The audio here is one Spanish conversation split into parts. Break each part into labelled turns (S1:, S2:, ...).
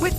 S1: With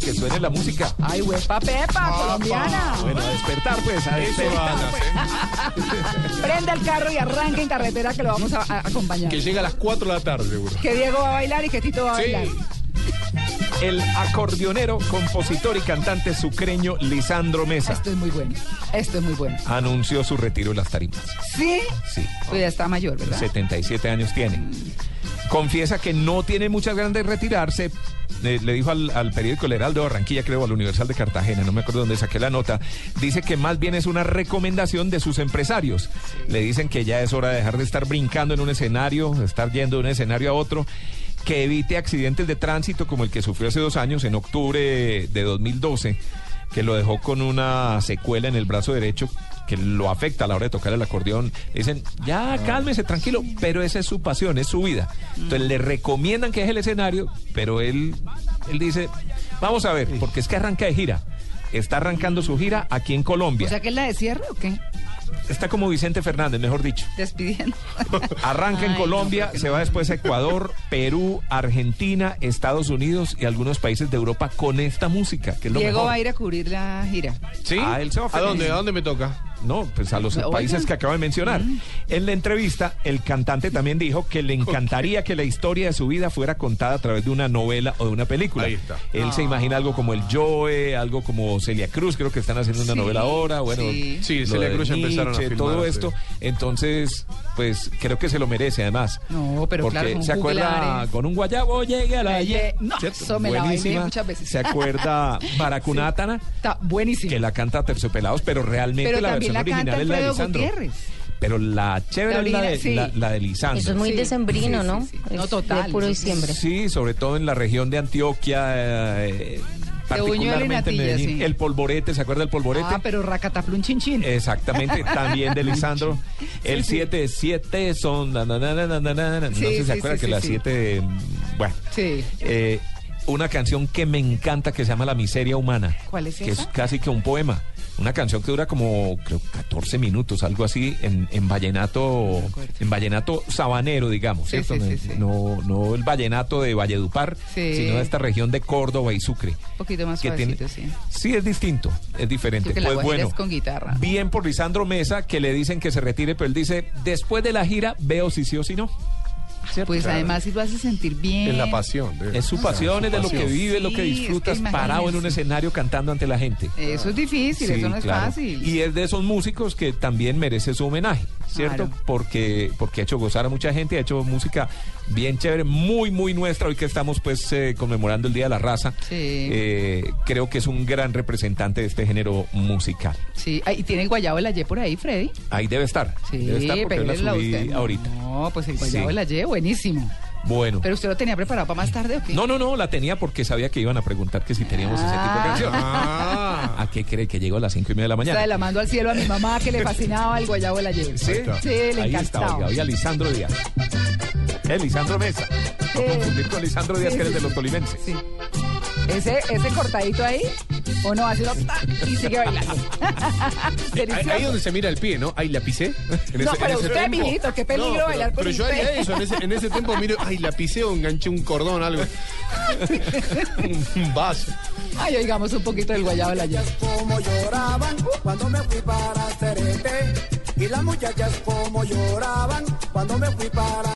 S2: Que suene la música.
S3: Ay, huepa pepa,
S2: Ah,
S3: colombiana.
S2: Bueno, a despertar pues, a despertar.
S3: Prenda el carro y arranque en carretera que lo vamos a, a acompañar.
S2: Que llega a las 4 de la tarde, seguro.
S3: Que Diego va a bailar y que Tito va a
S2: Sí.
S3: bailar.
S2: El acordeonero, compositor y cantante sucreño Lisandro Mesa
S3: Esto es muy bueno. Esto es muy bueno.
S2: anunció su retiro de las tarimas.
S3: ¿Sí?
S2: Sí.
S3: Pues ya está mayor, ¿verdad?
S2: 77 años tiene. Confiesa que no tiene muchas ganas de retirarse. Eh, le dijo al, al periódico El Heraldo de Barranquilla, creo, al Universal de Cartagena, no me acuerdo dónde saqué la nota. Dice que más bien es una recomendación de sus empresarios. Le dicen que ya es hora de dejar de estar brincando en un escenario, de estar yendo de un escenario a otro, que evite accidentes de tránsito como el que sufrió hace dos años, en octubre de 2012, que lo dejó con una secuela en el brazo derecho que lo afecta a la hora de tocar el acordeón. Le dicen, ya cálmese, tranquilo, pero esa es su pasión, es su vida. Entonces le recomiendan que es el escenario, pero él, él dice, vamos a ver, porque es que arranca de gira. Está arrancando su gira aquí en Colombia.
S3: O sea que es la de cierre o qué?
S2: Está como Vicente Fernández, mejor dicho.
S3: Despidiendo.
S2: Arranca en
S3: Ay,
S2: Colombia, se va después a Ecuador, Perú, Argentina, Estados Unidos y algunos países de Europa con esta música, que es lo
S3: Diego
S2: mejor.
S3: va a ir a cubrir la gira.
S4: ¿Sí?
S2: Ah, él se va
S4: ¿A
S2: feliz.
S4: dónde? ¿A dónde me toca?
S2: No, pues a los
S3: Oigan.
S2: países que acabo de mencionar.
S3: Mm.
S2: En la entrevista, el cantante también dijo que le encantaría que la historia de su vida fuera contada a través de una novela o de una película.
S4: Ahí está.
S2: Él se imagina algo como el Joe, algo como Celia Cruz, creo que están haciendo una
S3: Sí,
S2: novela ahora. Bueno,
S3: sí.
S4: Sí,
S2: lo
S4: Celia
S2: de
S4: Cruz empezaron a filmar,
S2: Todo
S4: sí.
S2: esto. Entonces, pues creo que se lo merece además.
S3: No, pero
S2: Porque
S3: claro, con
S2: se acuerda
S3: juglares.
S2: con un guayabo llega la
S3: Oye,
S2: ye-
S3: no,
S2: ¿cierto?
S3: eso me la bailé
S2: Buenísima.
S3: muchas veces.
S2: Se acuerda Baracunátana
S3: Está buenísimo.
S2: que la canta Terciopelados, pero realmente
S3: Pero
S2: la versión
S3: también la
S2: original
S3: canta
S2: es la de
S3: Alfredo
S2: Lisandro.
S3: Gutiérrez.
S2: Pero la chévere
S3: La
S2: es la de,
S3: origina- sí.
S2: la, la de Lisandro.
S5: Eso es muy
S3: Sí,
S5: decembrino,
S3: sí, sí,
S5: ¿no?
S3: sí. No,
S5: Es
S3: total.
S5: De puro diciembre.
S2: Sí, sobre todo en la región de Antioquia, eh, particularmente en
S3: natilla,
S2: Medellín.
S3: sí.
S2: El polvorete, ¿se acuerda del polvorete?
S3: Ah, pero racataplun chin chin.
S2: Exactamente, también de Lisandro. El 7 7 son. na, na, na, na, na, na, na, na. no
S3: Sí,
S2: sé si
S3: sí,
S2: se acuerdan
S3: sí,
S2: que
S3: sí,
S2: las
S3: sí.
S2: 7. Bueno.
S3: Sí.
S2: Eh, una canción que me encanta que se llama La miseria humana.
S3: ¿Cuál es
S2: Que
S3: esa?
S2: es casi que un poema. Una canción que dura como, creo, 14 minutos, algo así, en, en vallenato,
S3: acuerdo.
S2: en vallenato sabanero, digamos,
S3: Sí,
S2: ¿cierto?
S3: sí,
S2: no,
S3: sí, sí.
S2: No, no el vallenato de Valledupar,
S3: Sí.
S2: sino de esta región de Córdoba y Sucre.
S3: Un poquito más
S2: que tiene-
S3: suavecito, sí.
S2: Sí, es distinto, es diferente.
S3: Porque la
S2: pues
S3: guajira
S2: bueno,
S3: es con guitarra.
S2: bien por Lisandro Mesa, que le dicen que se retire, pero él dice, después de la gira, veo si sí o si no.
S3: Pues además si lo hace sentir bien.
S4: En la pasión. de-
S2: Es su pasión, es de lo que vive, lo
S3: Sí,
S2: que
S3: es que
S2: disfrutas parado en un
S3: imagínese.
S2: escenario cantando ante la gente.
S3: Eso es difícil,
S2: Sí,
S3: eso no es
S2: claro.
S3: fácil.
S2: Y es de esos músicos que también merece su homenaje, ¿cierto?
S3: Claro.
S2: Porque, porque ha hecho gozar a mucha gente, ha hecho música bien chévere, muy, muy nuestra. Hoy que estamos pues eh, conmemorando el Día de la Raza,
S3: Sí.
S2: eh, creo que es un gran representante de este género musical.
S3: Sí, ah, y tiene el guayabo de la Ye por ahí, Freddy.
S2: Ahí debe estar.
S3: Sí,
S2: debe estar porque yo la
S3: pégale la
S2: subí
S3: usted.
S2: ahorita.
S3: No, pues el guayabo
S2: Sí.
S3: de la Ye, buenísimo.
S2: Bueno.
S3: Pero usted lo tenía preparado para más tarde o qué?
S2: no, no, no, la tenía porque sabía que iban a preguntar que si teníamos ese tipo de
S3: Ah.
S2: canción.
S4: Ah.
S2: ¿A qué cree que llegó a las cinco y media de la
S3: O
S2: mañana?
S3: sea, la mando al cielo a mi mamá que le fascinaba el guayabo de la Ye.
S2: Sí,
S3: sí le
S2: Ahí está,
S3: encantaba.
S2: oiga, oiga, Lisandro Díaz. Eh, Lisandro Mesa. No
S3: Sí.
S2: confundir con Lisandro Díaz,
S3: Sí,
S2: que eres
S3: sí,
S2: de los
S3: sí.
S2: tolimenses.
S3: Sí. Ese, ese cortadito ahí, o no, así lo ¡tac! y sigue bailando.
S4: Ahí,
S3: Delicioso.
S4: ahí donde se mira el pie, ¿no? Ahí la pisé. En
S3: No, pero usted,
S4: tempo.
S3: mijito, qué peligro
S4: pero,
S3: bailar con
S4: Pero
S3: un
S4: yo haría
S3: pie.
S4: eso. En ese, en ese tiempo miro, ay, la pisé o enganché un cordón, algo. un, un vaso.
S3: Ay, oigamos un poquito del guayabo de la Ye.
S6: como lloraban cuando me fui para Cerete y las muchachas como lloraban cuando me fui para